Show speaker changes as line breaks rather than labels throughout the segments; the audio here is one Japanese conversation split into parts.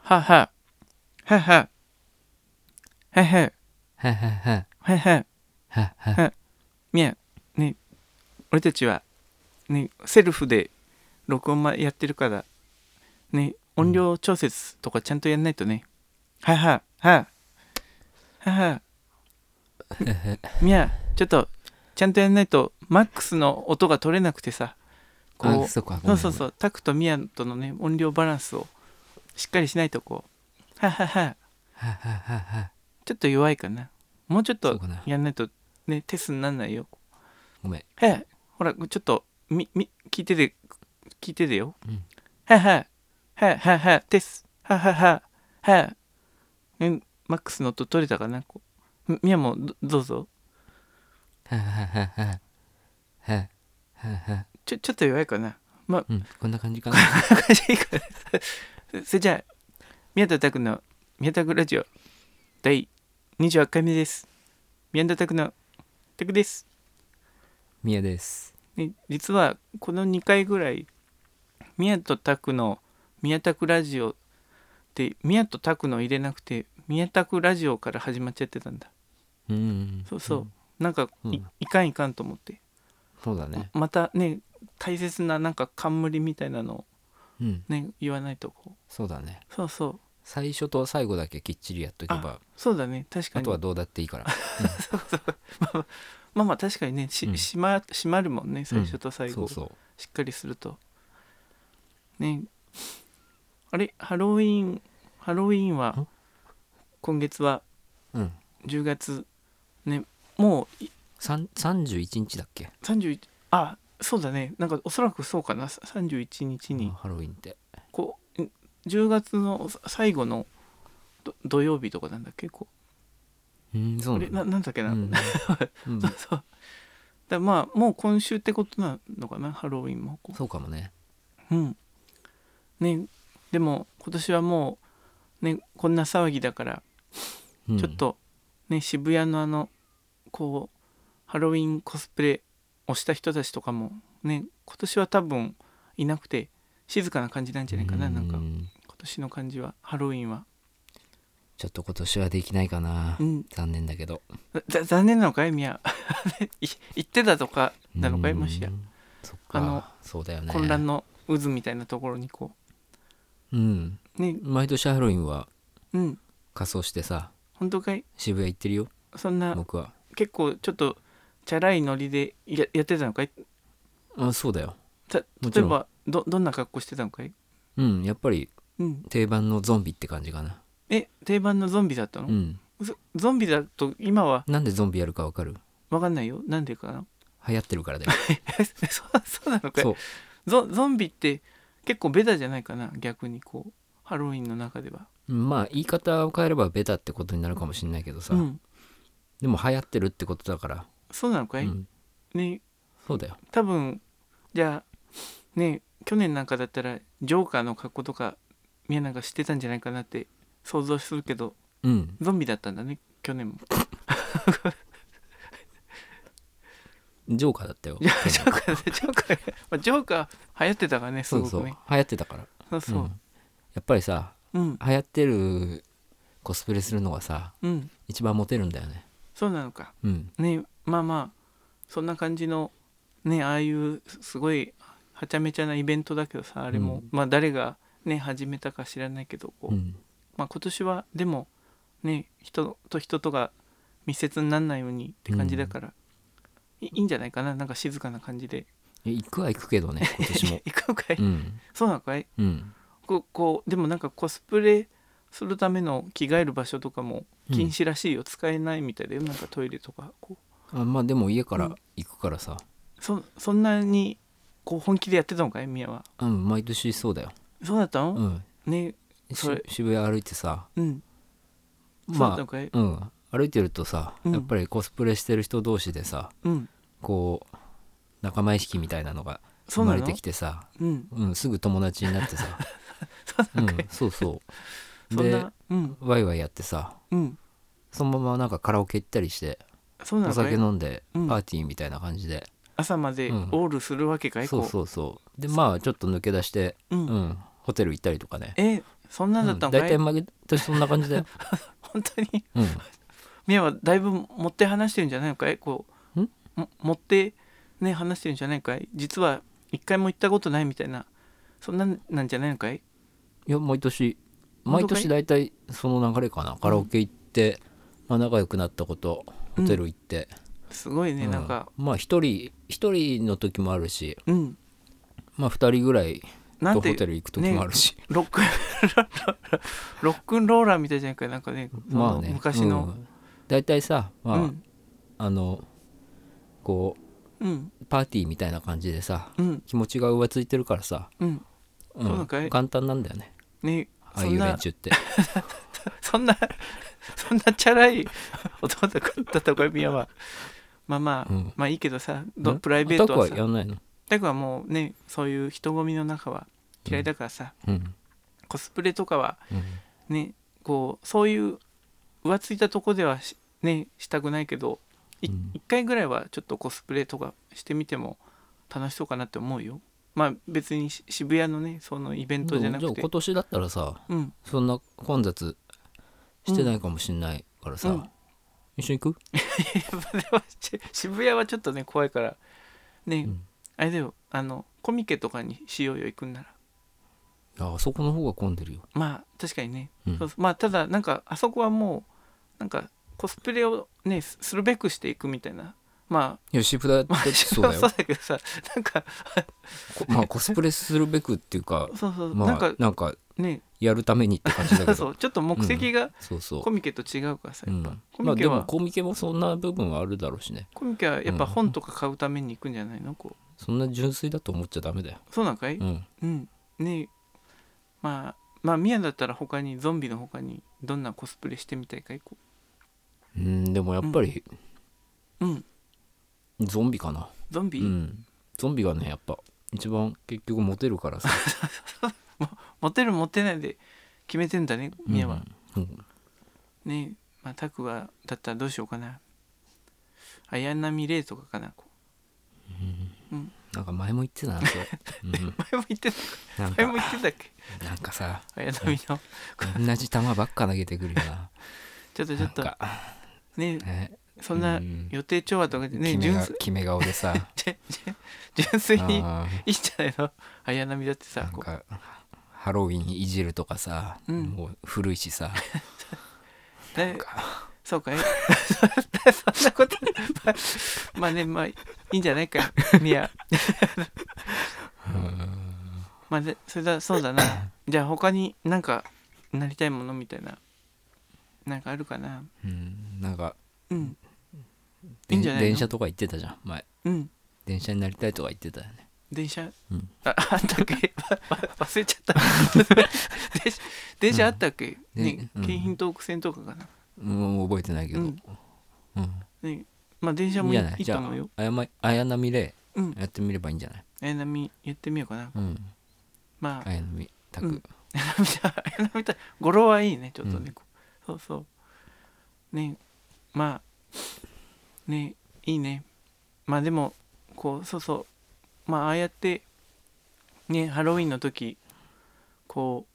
はは。はは。はは。
ははは。
はは。
はは
はみや、ね、俺たちは、ね、セルフで録音まやってるから、ね、音量調節とかちゃんとやんないとね。はは。はは。はは。みや、ちょっと、ちゃんとやんないと、マックスの音が取れなくてさ。
あそっかご
そ
め
う
ん
そうそうタクとミヤとのね音量バランスをしっかりしないとこうははは
はははは
ちょっと弱いかなもうちょっ
そう
と
かな
やんないとねテスにならないよ
ごめん
ははほらちょっとみみ聞いてて聞いててよ、
うん
はははははテスははははねマックスの音取れたかなこうみミヤもどどうぞ
はははははははは
ちょちょっと弱いかな まあ
うんこんな感じかな
おかしいからそれじゃあ宮田拓の宮田拓ラジオ第28回目です宮田拓の拓です、
みやです
ね、実はこの2回ぐらい宮田拓の宮田拓ラジオって宮田拓の入れなくて宮田拓ラジオから始まっちゃってたんだ
うん
そうそう、
ん
なんかい,、
うん
かんいかんと思って、
そうだね
またね大切ななんか冠みたいなのを
うん
ね言わないとこう
そうだね
そうそう
最初と最後だけきっちりやっとけば
そうだね確か
あ
に
とはどうだっていいから
まあまあ確かにねし、
うん
しましまるもんね最初と最後、
そうそう
しっかりするとねあれハロウィンハロウィンは
ん
今月は
うん
10月ねもうい
さん31日だっけ
31あそうだねなんかおそらくそうかなさ31日に
ハロウィンって
こうん10月のさ最後のど土曜日とかなんだっけこ
うん
う
そ
あ
う
れ
な
なんな
だ
んだっけな、
うんうん
そうそうだまあもう今週ってことなのかなハロウィンもこう
そうかもね
うん。ね、でも今年はもう、ね、こんな騒ぎだから、
うん
ちょっと、ね、渋谷のあの、こう、ハロウィンコスプレをした人たちとかも、ね、今年は多分いなくて、静かな感じなんじゃないかな、
う
なんか、今年の感じは、ハロウィンは。
ちょっと今年はできないかな
うん、
残念だけど
ざ残念なのかいみや。 い言ってたとかなのかいもしや
う、んそっか
あの
そうだよね
混乱の渦みたいなところにこ
うん
う、ね、
毎年ハロウィンは
うん、
仮装してさ
本当かい
渋谷行ってるよ
そんな
僕は
結構ちょっとチャラいノリでややってたのかい
あそうだよ
た
も
例
ち
え
ろん
ばどどんな格好してたのかい、
うんやっぱり
うん、
定番のゾンビって感じかな
え定番のゾンビだったの、
うん
そゾンビだと今は
なんでゾンビやるかわかる
分かんないよなんでかな
流行ってるからだよ
そう そうなのかい
そう
ゾゾンビって結構ベタじゃないかな逆にこうハロウィンの中では
まあ言い方を変えればベタってことになるかもしれないけどさ、
うん、
でも流行ってるってことだから、
そうなのかい、
うん
ね
そうだよ
多分じゃあね去年なんかだったらジョーカーの格好とかみんながしてたんじゃないかなって想像するけど
うん
ゾンビだったんだね去年も
ジョーカーだったよ
ジョーカー、ジョーカー、 まあ、ジョーカー流行ってたからね、す
そう
ご
そう
く
流
ね。
行ってたから
そう
う
そ
んやっぱりさ
う。うん、
流行ってるコスプレするのがさ
うん、
一番モテるんだよね
そうなのか。
うん
ね、まあまあ、そんな感じの、ね、ああいうすごいはちゃめちゃなイベントだけどさ、あれも、
うん
まあ誰がね、始めたか知らないけど、こう
うん
まあ今年はでも、ね、人と人とが密接にならないようにって感じだから、いいいんじゃないかな、なんか静かな感じで。
え行くは行くけ どね今年も
行くのかい、
うん
そうなのかい
うん
ここうでもなんかコスプレするための着替える場所とかも禁止らしいよ、使えないみたいだよなんかトイレとかこう
あまあでも家か
うん
ら行くからさ、
そそんなにこう本気でやってたのかいみやは
うん、毎年そうだよ、
そうだった
う
の、
ん、
ね
し
それ
渋谷歩いてさ
うんそうだった
ま
の
あ
かい、
うん歩いてるとさ、
うん
やっぱりコスプレしてる人同士でさ
うん
こう仲間意識みたいなのが
そ
生
う
ま
な
れ
の
てきてさ
うん
うん、すぐ友達になっ てさ、
そうな
う
の
ん
かい、、
そうそ う
そん
で
なうん
ワイワイやってさ
うん
そのままなんかカラオケ行ったりして
そうな
お
のか
酒
い
飲んでパ
うん
ーティーみたいな感じで、
朝までオ
うん
ールするわけかい、
そう
こ
そうそうでまあちょっと抜け出して、
う、う
うんん、ホテル行ったりとかね
えそんなんだったの
だ
か
い
い、
たい毎年そんな感 じだよ。
本当に
うん。
ミヤはだいぶ持って話してるんじゃないのかいこうんも持ってね話してるんじゃないのかい実は一回も行ったことないみたいなそんなんなんじゃないのかい
いや毎年
本
毎
当かい
年大体その流れかなカラオケ行って、まあ、仲良くなったことホテル行って、
すごいね、
うん
なんか
まあ一人一人の時もあるし
うん
まあ二人ぐらい
な
と
ん
ホ
て
テル行く時もあるし、
ロックン ロックンローラーみたいじゃないかなんかねその
まあね
昔
う
の
ん大体さ、
う
まあ
ん
あのこ
うん
うパーティーみたいな感じでさ
うん
気持ちが浮ついてるからさ、
うん
うん
そうなんかい
簡単なんだよね
ね
ああ
そ
い
ん
う連
な
中って
そんな そんなチャラい男だったかミヤはまあまあ、
うん
まあいいけどさ ど
うん
プライベート
タコ
は
は
さ
やんないの、
タクはもうねそういう人混みの中は嫌いだからさ、
うん
コスプレとかは
うん
ねこうそういう浮ついたとこではしねしたくないけどい
うん
一回ぐらいはちょっとコスプレとかしてみても楽しそうかなって思うよまあ別にし渋谷のねそのイベントじゃな
で
く
も
て
今年だったらさ
うん
そんな混雑してないかもしんないからさ、
うん
一緒に行く、
でもし渋谷はちょっとね怖いからね、
うん
あれだよあのコミケとかにしようよ行くんなら
ああそこの方が混んでるよ、
まあ確かにね
うん
そうそうまあただなんかあそこはもうなんかコスプレをねすするべくしていくみたいなまあ
いや渋谷だ
まあ
って
そ
そうう
だ
だ よ
そうだけどさなんか
こまあコスプレするべくっていうか
そう そう、
まあ
な
なんん
か
か
ね
やるためにって感じ
そう
だけ ど
そ
そう
ちょっと目的が
うそう
コミケと違うからさ
う
やっ
ん
ぱ、
ま
コ
あ
ミケ
で
は、
もコミケもそんな部分はあるだろうしね
コミケはやっぱ
うん
本とか買うために行くんじゃないのこう
そんな純粋だと思っちゃダメだよ、
そうなんかい
うん、
うん、ねまあまあ宮だったら他にゾンビの他にどんなコスプレしてみたいかいこ
うんでもやっぱり
ううん
ゾンビかな、
ゾンビ、
うん、ゾンビがねやっぱ一番結局モテるからさ
モテるモテないで決めてんだね 宮は、
うんうん
ねまあタクはだったらどうしようかな綾波レイとかかなこ
なんか前も言ってた なそれ、うん
う 前も言ってた
なん
前も
か
言ってたっけ
なんかさ
綾波の
同じ球ばっか投げてくるよな
ちょっとち
な
ょ
ん
っと
か、
ね
ね、
そんな
うん
予定調和とかでね
決め
純
が
粋
決め顔 でさ
純粋に
あー
いいんじゃないの綾波だって
な
さ
ん
こう
かハロウィンいじるとかさ、
うん
もう古いしさ
ね
なんか
そうかいそんなことまあまあねまあいいんじゃないかミヤ
うん
まあでそれだそうだなじゃあ他になんかなりたいものみたいななんかあるかな
うんなんか
うんい
で
いんじゃないの
電車とか行ってたじゃん前
うん
電車になりたいとか言ってたよね
電車、
うん
ああったっ けわ忘れちゃった電車電車あったっけ、
うん
ね
ねうん
京浜東北線とかかな
うん覚えてないけど、
う
うんん
ねまあ電車
いいん
もいい
じゃない
いい
じゃ
と思うよ
ああやま綾波レ
うん
イやってみればいいんじゃない、
綾波言ってみようかな
うん、
まあ
綾波た
う
く
ん綾波だ綾波だ語呂はいいねちょっとね、
うん
こうそうそうねまあねいいねまあでもこうそうそうまあああやってねハロウィンの時こ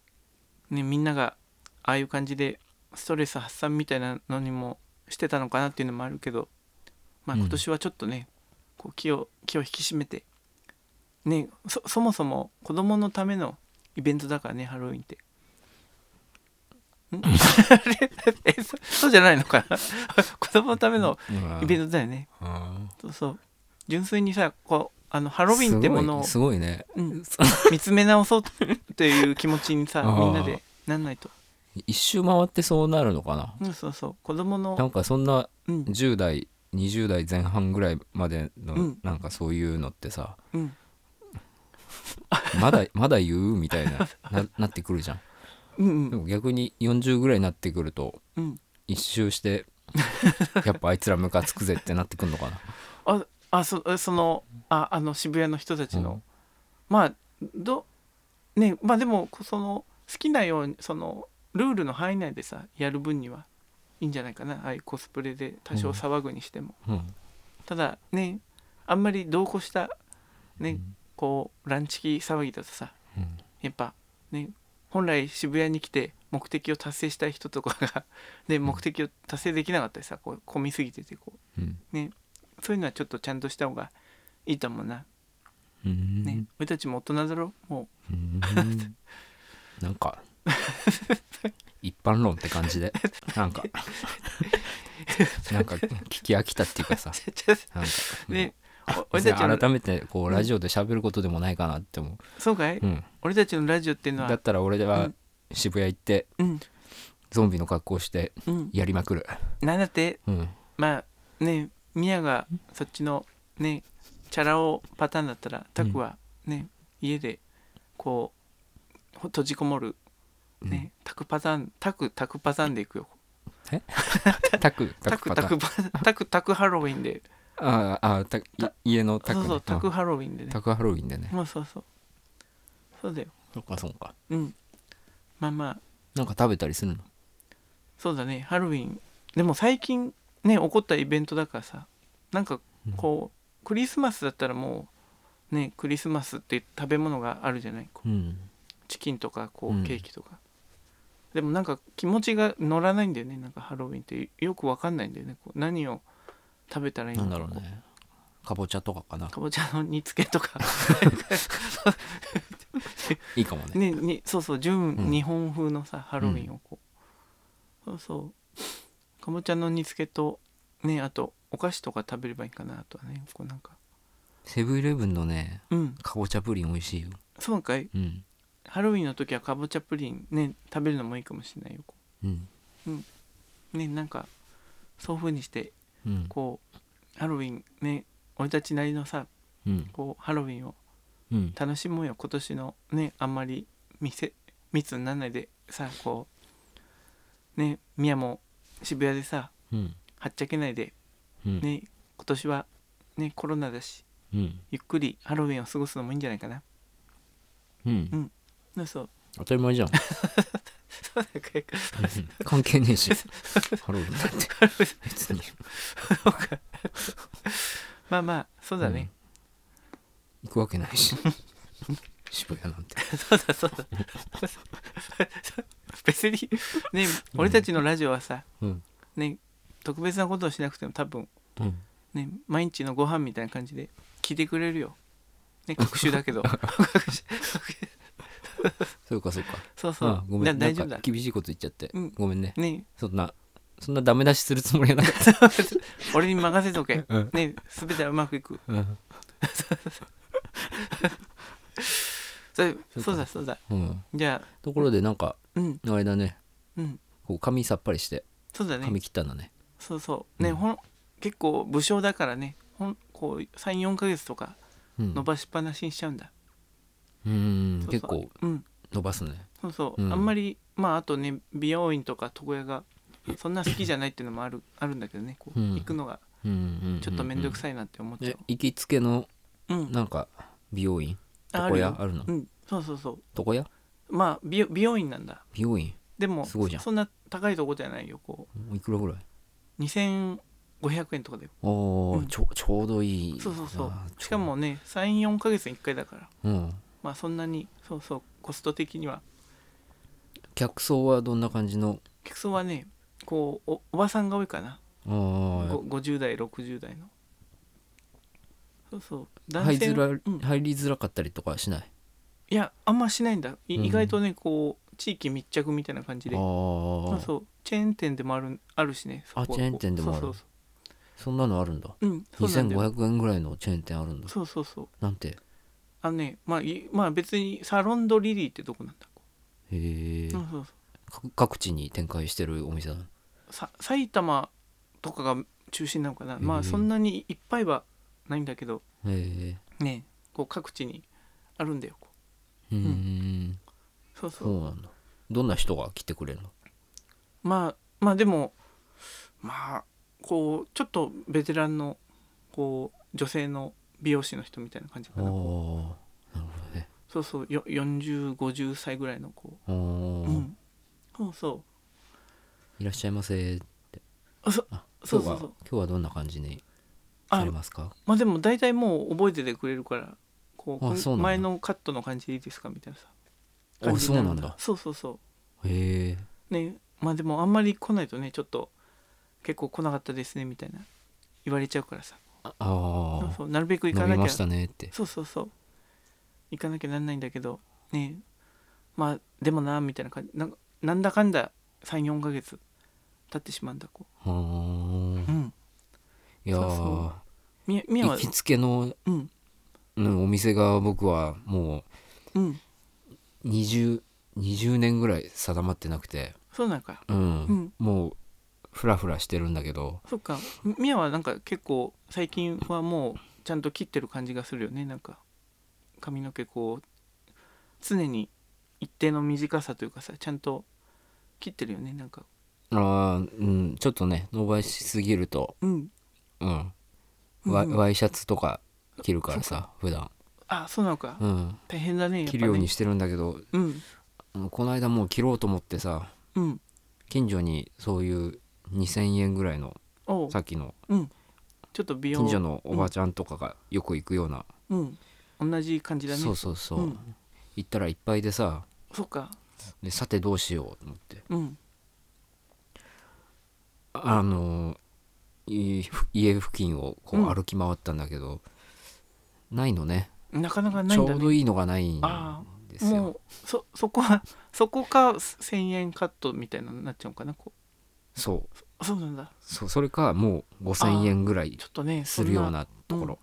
うねみんながああいう感じでストレス発散みたいなのにもしてたのかなっていうのもあるけどまあ
うん
今年はちょっとね、こう気を気を引き締めてねそそもそも子供のためのイベントだからねハロウィンって。ん あれえそそうじゃないのかな 子供のためのイベン
ト
トだよね。そうそう純粋にさこうあのハロウィンってものを、
すごいすごいね
うん、見つめ直そうっていう気持ちにさ
あー
みんなでなんないと、
一周回ってそうなるのかな
うん、そうそう子供
な
の
んかそんな
うん
10代20代前半ぐらいまでの、
うん
なんかそういうのってさ
うん
まだまだ言うみたいなななってくるじゃん
うんう
で
ん
も逆に40ぐらいになってくると
うん
一周してやっぱあいつらムカつくぜってなってくるのかな
ああそそのああの渋谷の人たちの、
うん
まあどねまあでもこその好きなようにそのルールの範囲内でさやる分にはいいんじゃないかなああいうコスプレで多少
うん
騒ぐにしても、
うん
ただねあんまり同行したね、
うん
こうランチキ騒ぎだとさ
うん
やっぱね本来渋谷に来て目的を達成したい人とかがで目的を達成できなかったりさこう混みすぎててこ
うん
うねそういうのはちょっとちゃんとした方がいいと思うな、
うん
ね俺たちも大人だろも
うんなんか一般論って感じでなんかなんか聞き飽きたっていうかさ
う ちょっ
なんか、
とね、お俺
別
た
に
ちの
改めてこうラジオで喋ることでもないかなって思
そうかい、
う、うん、
俺たちのラジオっていうの
だっ
は
たら俺
う
は
ん
渋谷行って
うん
ゾンビの格好して
うん
やりまくる、
なんだって
うん、
まあねミヤがそっちのねチャラ男パターンだったらタクはね、家でこうほ閉じこもるね、タクパターンタクタクパターンでいくよ
タク
タ
タク
ク
パタ
タ
ーン
クパタクタクハロウィンで
あああたい家のタク
そうそうタク
うん
ハロウィンでね
タクハロウィンでね
もうそうそうそうだよ
そうかそうか
うんまあまあ
なんか食べたりするの
そうだねハロウィンでも最近ね起こったイベントだからさなんかこうクリスマスだったらもうねクリスマスって食べ物があるじゃないこう
うん
チキンとかこ
う
うんケーキとか、でもなんか気持ちが乗らないんだよねなんかハロウィンってよくわかんないんだよねこう何を食べたらいい
な
の
ん
か
だろうねかぼちゃとかかな
かぼちゃの煮付けとか
いいかも
ね
ね
にそうそう純
うん
日本風のさ、ハロウィンをこう、そうそうかぼちゃの煮付けとねあとお菓子とか食べればいいかなあとはねこうなんか
セブンイレブンのね
うん
かぼちゃプリン美味しいよ
そうかい
うん
ハロウィンの時はかぼちゃプリンね食べるのもいいかもしれないよこ
うん
うねなんかそういう風にして
うん
こうハロウィンね俺たちなりのさ
うん
こうハロウィンを
うん
楽しもうよ今年のねあんまり店密にならないでさこうねミヤも渋谷でさ
うん
はっちゃけないで
うん
ね今年はねコロナだし
うん
ゆっくりハロウィンを過ごすのもいいんじゃないかな
うん
そうそう
当たり前じゃん
そうだかい
関係ねえしハロウィンなんて 別に
まあまあそうだね、
行くわけないし 渋谷なんて
そうだそうだ別にね俺たちのラジオはさ
うん
ね特別なことをしなくても多分
うん
ね、毎日のご飯みたいな感じで聞いてくれるよ。ね、各種だけど。 各種
そうかそうか
そうそ
あ
う。
ごめん
だ
な
大丈夫
んか
だ。
厳しいこと言っちゃって
うん
ごめんね
ね、
そんなそんなダメ出しするつもりはなかっ
俺に任せとけ。
たうん
ね、すべてはうまくいく。
うん
そうそ
そうか
うだそうだ。
うん
じゃあ、
ところでなんか
うん、
あれだね
うん。
こう髪さっぱりして
そうだね
髪。切ったんだね
そうそう。ね、
うん
ほん結構武将だからね。ほんこう3、4ヶ月とか
うん
伸ばしっぱなしにしちゃうんだ。
うん
そうそう
結構
うん。
伸ばすね
そうそう。
うん
あんまり、まあ、あとね、美容院とか床屋がそんな好きじゃないっていうのもあるあるんだけどね。こう
うん
行くのが
ち
ちょっと面倒く
い
さいなって思っちゃ
え
う。
行きつけの
うん。
なんか美容院
あ
床屋
よ
あるの
うんそうそうそう
床屋
まあ美容美容院なんだ
美容院
でも
すごいじゃん
そんな高いとこじゃないよこ
いくらぐらいう
2500円とかだよ
お
う
ー
ん
ちょちょうどいい
そうそうそう
あーちょ
しかもね34ヶ月に1回だから
うん
まあそんなにそうそうコスト的には
客層はどんな感じの
客層はねこうおおばさんが多いかな
あー
ご50代60代のそうそう
入り
は
づ
うん
ら入りづらかったりとかしない
いやあんましないんだい
うん
意外とねこう地域密着みたいな感じ
あ
でそう
ー
そうチェーン店でもあるあるしねそこはこう
あチェーン店でもある
そうそ
そんなのあるんだ
うそううんそうなんだよ
2500円ぐらいのチェーン店あるんだ
そうそうそう
なんて
あのねまあ、いまあ別にサロンドリリーってとこなんだ、
へえ
うんそうそ
各各地に展開してるお店だ
うさ埼玉とかが中心なのかな、まあ
へえ
そんなにいっぱいはないんだけど
へえ
ねこう各地にあるんだよこ
うーん
うそうそう
そうなんだどんな人が来てくれるの
まあまあでもまあこうちょっとベテランのこう女性の美容師の人みたいな感じかな
おーなるほどね
そうそうよ4050歳ぐらいのこ
お
う、
お、
うん、そうそ
いらっしゃいませ
うそ
あ
そう
今
そう
日
そう
は今日はどんな感じにさ
あ
れますか
まあでも大体もう覚えててくれるからこう
あ
こん
そうなんだ
前のカットの感じでいいですかみたいなさ感じにる
あそうなんだ
そうそうそ
へえ
うねまあでもあんまり来ないとねちょっと結構来なかったですねみたいな言われちゃうからさ
あ
そう
あ
そうなるべく行
飲
か
み
な
ま
き
し
ゃ
たねって
そうそうそう行かなきゃなんないんだけどねまあでもなみたいな感じなんなんだかんだ34ヶ月経ってしまうんだこ
は
う、う
あ
ん、
いやー
そうそみやみやは
行きつけの、
うん
うんお店が僕はも
うん
う2020年ぐらい定まってなくて
そうなのか
うん、
うん
もうフラフラしてるんだけど
そっかみみやはなんか結構最近はもうちゃんと切ってる感じがするよねなんか髪の毛こう常に一定の短さというかさちゃんと切ってるよねなんか
あーうんちょっとね伸ばしすぎると
うん
うんワイ
うん
ワイシャツとか着るからさ普段
あそうなのか、
うん
大変だねやっぱ
着
ね
るようにしてるんだけど
うん
もうこの間もう着ろうと思ってさ
うん
近所にそういう2,000円ぐらいの
おう
さっきの
うんちょっと美容
近所のおばちゃんとかがよく行くような、
うん同じ感じだね
そうそうそう、
うん
行ったらいっぱいでさ
そっか
でさてどうしようと思って
うん
あのい家付近をこ
うん
う歩き回ったんだけど、ないのね
なかなかな
ち
い
ょ
んだ
う
ね
どいいのがないん
あ
です
も
よ
うそそこは そこか1000円カットみたいなのになっちゃうのかなこ
そう
うそうなんだ
そうそれかもう5,000円ぐらい
ちょっとね
するよう
そん
なところ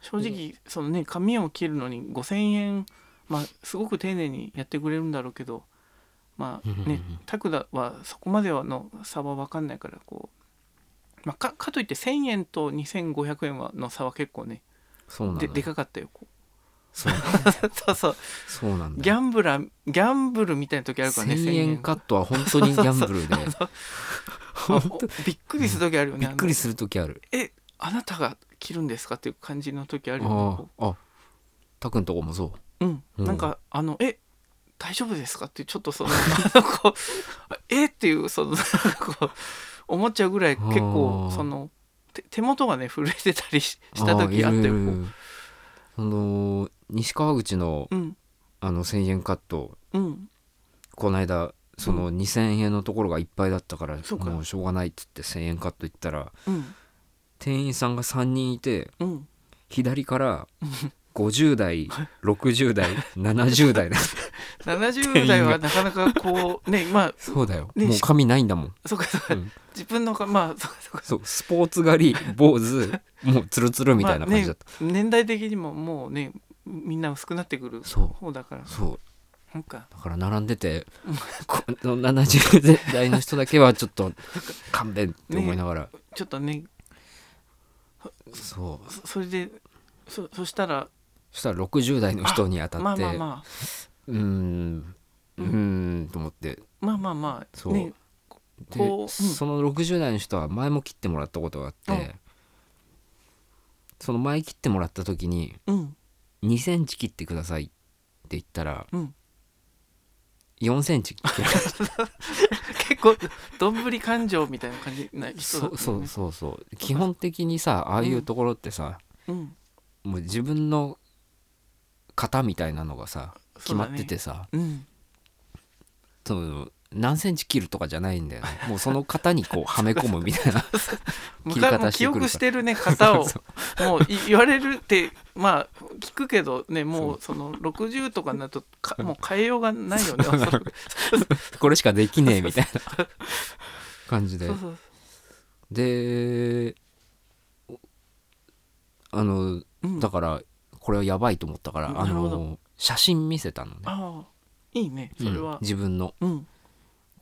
正直そのね髪を切るのに5,000円まあすごく丁寧にやってくれるんだろうけどまあ
うんうんう
ね
ん
拓クダはそこまではの差は分かんないからこう、まあ、かかといって1,000円と2,500円はの差は結構ね
そうなんだ
で
よ
でかかったよこう
そう
そうそう
そうなんだ
ギ
よ
ャンブラーギャンブルみたいな時あるからね
1000円カットは本当にギャンブ ルで
あ おびっくりする時あるよね
びっくり
あ
する時ある
のえあなたが切るんですかっていう感じの時あ
あ
るよねこう
ーあたくんとこもそう
うん、
うん
なんかあの「え大丈夫ですか?」ってちょっとそのあのこう 「えっ?」ていうそのこう思っちゃうぐらい結構
あー
その手手元がね震えてたりしした時あ
ー
っ
い
て
るいるいるその西川口の
うん
あの1,000円カット
うん
この間その2,000円のところがいっぱいだったから
そうか
もうしょうがないっつって1,000円カット行ったら
うん
店員さんが3人いて
うん
左から50代60代70代だ
70代はなかなかこうねまあ
そうだよ
ね
もう髪ないんだもん
そうかそうか
うん
自分のかまあそうかそうか
そうスポーツ狩り坊主もうツルツルみたいな感じだった、
まあね、年代的にももうねみんな薄くなってくる
そう
方だから
そう
なんか
だから並んでて この70代の人だけはちょっと勘弁って思いながら、
ちょっとね
そう
そそれでそそしたら
そしたら60代の人に当たって
まあまあまあ
うーんうーんと思って
まあまあまあ
そう
ね
で
こううん
その60代の人は前も切ってもらったことがあって、
うん
その前切ってもらった時に
うん
2センチ切ってくださいって言ったら
うん
4センチ 切られた
結構どんぶり感情みたいな感じな人だ
そ
った
う
ね
そうそうそう基本的にさああいうところってさ、
うん
もう自分の型みたいなのがさ決
そう
ま
だね
っててさ
うん
そ、の何センチ切るとかじゃないん だよねもうその型にこうはめ込むみたいな切り
昔も
方
う
して
記
くるから
憶してるね型を
そ
もうい言われるってまあ聞くけどねもうその60とかになるとかもう変えようが ないよね
そうなの
そう
これしかできねえみたいな 感じで
そうそう
であの
うん
だからこれはやばいと思ったから、
うん
あ
なるほ
の写真見せたのね
ああいいねそれ
うん
は
自分の
うん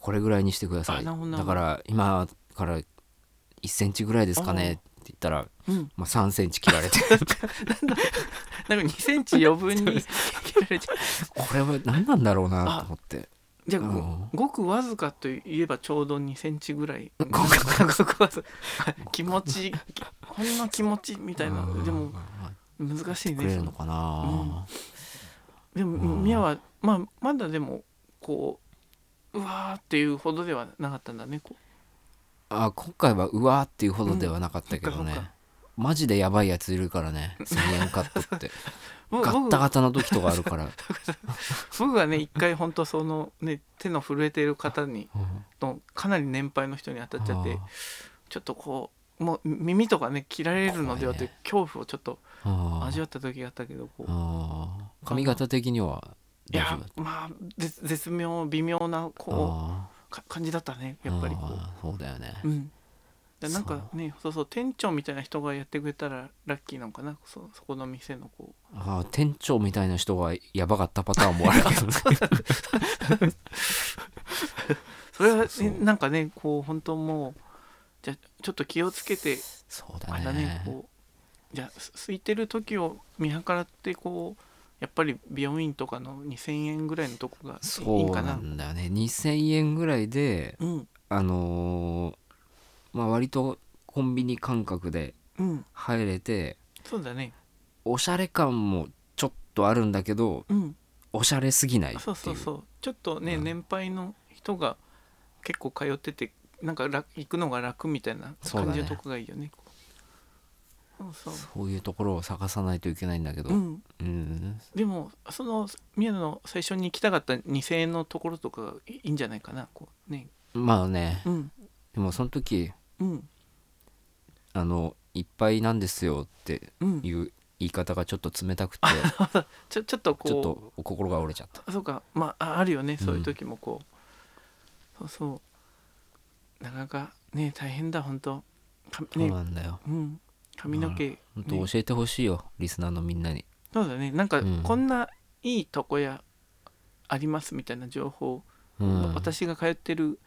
これぐらいにしてくださ
あ
い
な
だ
るほどなる
か
ほど
ら今から1センチぐらいですかねって言ったら、
うん
まあ、3センチ切られ て
なんか2センチ余分 に切られちゃう
これは何なんだろうなと思って
じゃあ
う
ご
ん
ごくわずかといえばちょうど2センチぐらい
ごく
ごくわずか気持ちほんの気持ちみたいな
うん
でも難しい
くれ
ね
る
その
のかな、
でも
うん
ミヤは、まあ、まだでもこううわーっていうほどではなかったんだねこ
あ今回はうわーっていうほどではなかったけど
うんそっ
ね
かそっ、
マジでやばいやついるからね1000円カットって
もう
ガッ
僕
タガタな時とかあるから、
僕がね一回本当そのね手の震えてる方に
うん
のかなり年配の人に当たっちゃって
あ
ちょっとこうもう耳とかね切られるのではという恐怖をちょっと
あ
味わった時があったけどこう
ああ髪型的にはい大丈
や
夫だっ
まあ絶絶妙微妙な
た
こ
あ
うか感じだったね
ー
やっぱりこう
あーそうだよね、
うん、でなんかねそうそう店長みたいな人がやってくれたらラッキーなのかなそそこの店のこう
あー店長みたいな人がやばかったパターンもあるけど ね
それは、ね、
そうそう
なんかねこう本当もうじゃあちょっと気をつけて
そうだ
あ
ね
れだねこうじゃあす空いてる時を見計らってこうやっぱり美容院とかの2,000円ぐらいのとこがいい
そ
ん
う
か
な
なん
だよね2000円ぐらいで
うん
あのーまあ割とコンビニ感覚で
うん
入れて
そうだね
おしゃれ感もちょっとあるんだけど
うん
おしゃれすぎないっていう
そうそうそうちょっとね、
うん
年配の人が結構通っててなんか楽行くのが楽みたいな
そう
感
だね
じのとこがいいよねこうそうそう
そういうところを探さないといけないんだけど、
うん、
うん
でもその宮野の最初に来たかった2,000円のところとかいいんじゃないかなこうね
まあね
うん
でもその時
うん
あのいっぱいなんですよって
うん
いう言い方がちょっと冷たくて
ちょちょっと こう
ちょっとお心が折れちゃった
そうかまあああるよねそういう時もこう、そうそうなかなかね大変だ本当か
そう
ね
なんだよ
うん髪の毛、ね
本当教えてほしいよ、リスナーのみんなに
そうだねなんか
うん
こんないいとこやありますみたいな情報、
うん
私が通ってる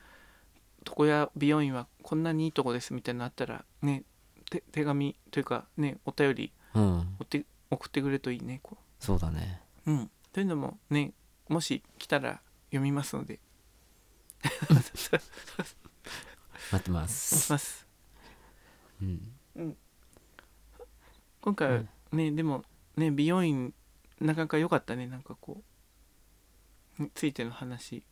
とこや美容院はこんなにいいとこですみたいなのあったらねて手紙というかねお便り
うん
おって送ってくれるといいねこ
そうだね
う、うん、というのもねもし来たら読みますので
待ってま
待ち
す、
ます
うん、
今回はね、でもね美容院なかなか良かったねなんかこうについての話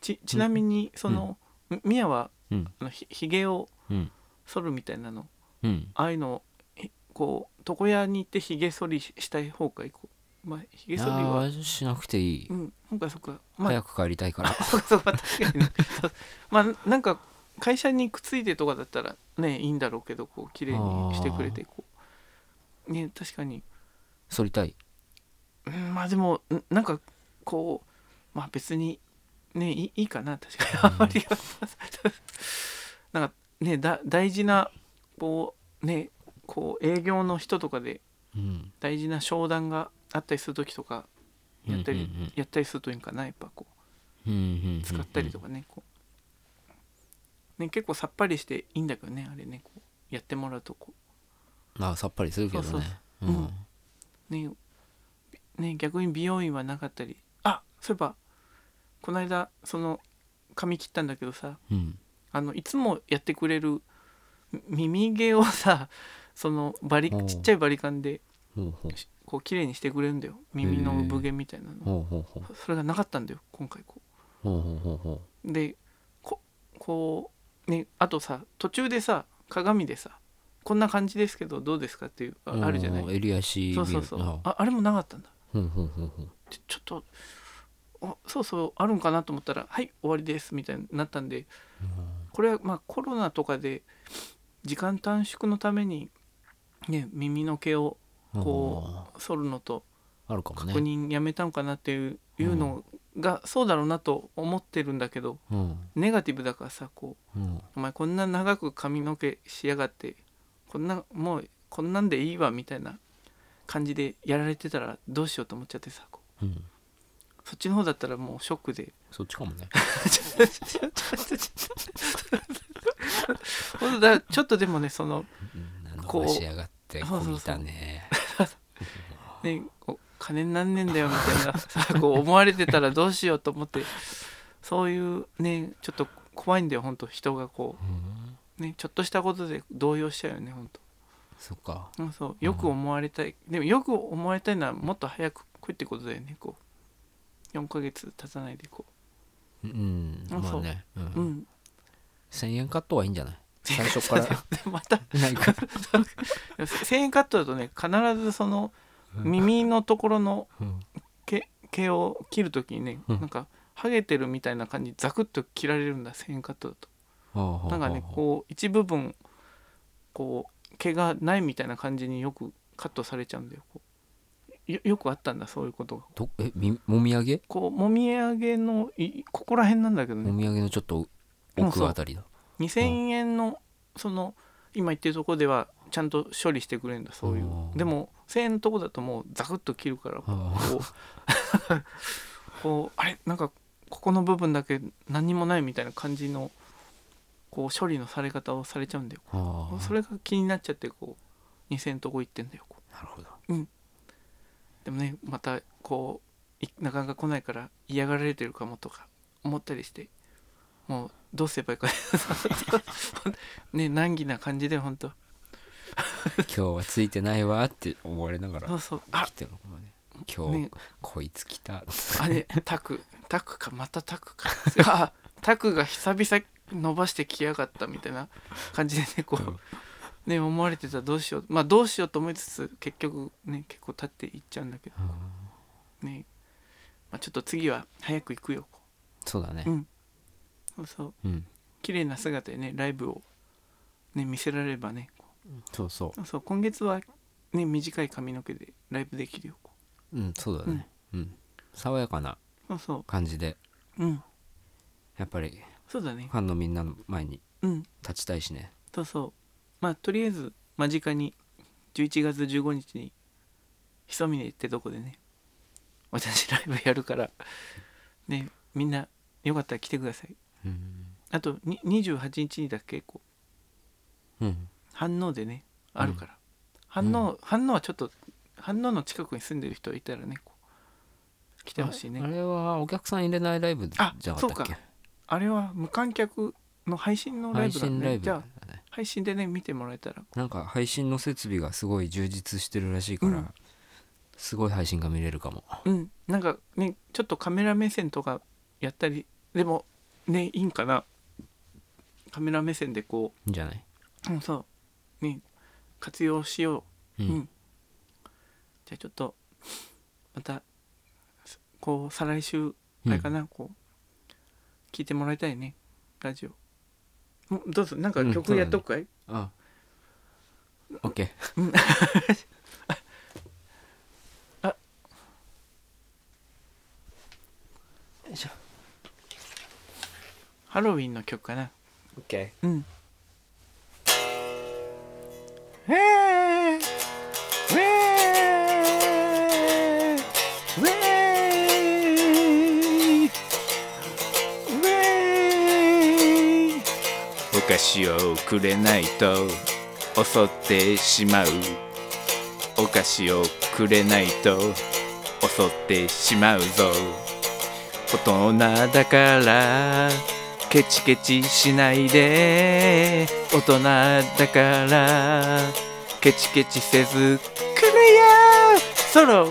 ちちなみにその、みミヤは
うん
あのひひげを
うん
剃るみたいなの
うん
ああいうのひこう床屋に行ってひげ剃りししたい方がいいこうまあひ
い
げ
や
剃りは
ーしなくていい、
うん今回そっかまあ
早く帰りたいか ら
そうそうまあ確かにねそうまあなんか会社にくっついてとかだったらねいいんだろうけどこう綺麗にしてくれてこうね確かに
剃りたい
うんまあでもんなんかこうまあ別にねいいいいかな確かにあんまりなんかねだ大事なこうねこう営業の人とかで
うん
大事な商談があったりする時とかやったり、
うんうんうん
やったりするといいんかなやっぱこ
うんうんうん
う使ったりと
か
かねこうね結構さっぱりしていいんだけどねあれねこうやってもらうとこ
まあさっぱりするけど
そう
ね
そう
う
うん
ん
うねね逆に美容院はなかったりあそういえばこの間その髪切ったんだけどさ
うん
あのいつもやってくれるみ耳毛をさそのバリ
おう
ちっちゃいバリカンで
ほうほう
しこう綺麗にしてくれるんだよ耳の産毛みたいなの
ほうほうほう
それがなかったんだよ今回こ
ほうほうほうほ
うでここうねあとさ途中でさ鏡でさこんな感じですけどどうですかっていう
う
ああるじゃない
うん襟足
そうそうそう
見る
あ
あ
あれもなかったんだ
ほうほうほうほう
でちょっとあそうそうあるんかなと思ったら「はい終わりです」みたいになったんでこれはまあコロナとかで時間短縮のためにね耳の毛を
うん
こう剃るのと
あるかもね
確認やめたのかなっていう,、いうのがそうだろうなと思ってるんだけど
うん
ネガティブだからさこう
うん
お前こんな長く髪の毛しやがってこんなもうこんなんでいいわみたいな感じでやられてたらどうしようと思っちゃってさこう
うん
そっちの方だったらもうショックで
そっちかも ね
ちょっとちょっとちょっとほんとだちょっとでもねその
なん
こう
かしやがって
そうそうそう
こびたね
ねこう金なんねんだよみたいなさこう思われてたらどうしようと思ってそういうねちょっと怖いんだよ本当人がこ
うん
うねちょっとしたことで動揺しちゃうよね本当
そっか
うんそうよく思われたい、でもよく思われたいのはもっと早く来いってことだよねこう4ヶ月経たないでこ
うん
あ
まあねう
ううんん
1000円カットはいいんじゃない最初から
また
い ないから
1000円カットだとね必ずその
うん
耳のところの
うん
毛毛を切るときにね、
うん
なんかハゲてるみたいな感じザクッと切られるんだ1000円カットだと
な
なんかねこう一部分こう毛がないみたいな感じによくカットされちゃうんだよこうよよくあったんだそういうことが
どえみもみあげ
こうもみあげのいここら辺なんだけど
も
ね
みあげのちょっと
うんそう
奥あたりだ
2000円のその今言ってるとこではちゃんと処理してくれるんだそういう
あー
でも1000円のとこだともうザクッと切るからこ
あ
う こうあれなんかここの部分だけ何もないみたいな感じのこう処理のされ方をされちゃうんだよ
あああ
それが気になっちゃってこう2000円とこ行ってんだよこう
なるほど
でもねまたこういなかなか来ないから嫌がられてるかもとか思ったりしてもうどうすればいいか ね難儀な感じで本当
今日はついてないわって思われなが
そ
ら
うそうあ
来てるのかもね今日、
ね
こいつ来た
あれタクタクかまたタクか あタクが久々伸ばしてきやがったみたいな感じでねこ
うん
うね思われてたらどうしようまあどうしようと思いつつ結局ね結構経っていっちゃうんだけど
うん
ねまあちょっと次は早く行くよ
そうだね
うんそうそう
うん
綺麗な姿でねライブをね見せられればねこ
そうそう
そう今月はね短い髪の毛でライブできるよこ
ううんそうだねうん爽やかな
うそうそ
感じで
ううん
やっぱり
そうだね
ファンのみんなの前に
うん
立ちたいしね
そうそうまあとりあえず間近に11月15日にひそみねってとこでね私ライブやるからねみんなよかったら来てください
うん
あとに28日にだけこう
うん
反応でねあるから、
うん
反応、反応はちょっと反応の近くに住んでる人いたらねこう来てほしいね
あ
あれ
れはお客さん入れないライブじゃ
あ
なかったっ
そう
け
かは無観客の配信のライ
配
ブだ
信ライ
ね
ブ
じ
だ
ゃ
ね
あ配信でね見てもらえたら
なんか配信の設備がすごい充実してるらしいから、
うん
すごい配信が見れるかも
うんなんかねちょっとカメラ目線とかやったりでもねいいんかなカメラ目線でこ、
いいんじゃないう
うん、そうね活用しよう
う
うんじゃあちょっとまたこう再来週あれかな、こう聞いてもらいたいねラジオんどうぞなんか
うん
曲やっとくかい、
あオッケー
あ
よいしょ
ハロウィンの曲かな
オッケ
うんへえウェーウェーウェーお菓子をくれないと襲ってしまうお菓子をくれないと襲ってしまうぞ大人だからケチケチしないで大人だからケチケチせずくるよソロ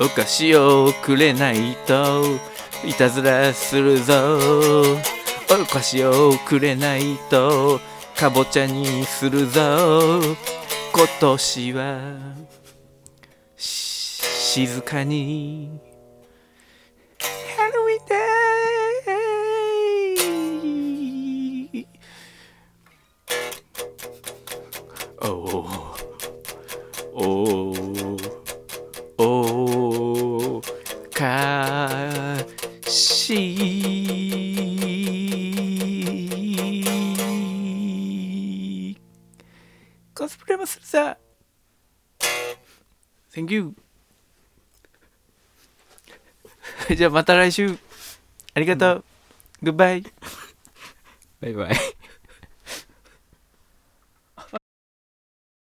お菓子をくれないといたずらするぞお菓子をくれないとかぼちゃにするぞ今年はし静かにハロウィンデーおーおーおーかしいコスプレもするさ Thank you じゃあまた来週ありがとう、グッバイ
ーバイバイ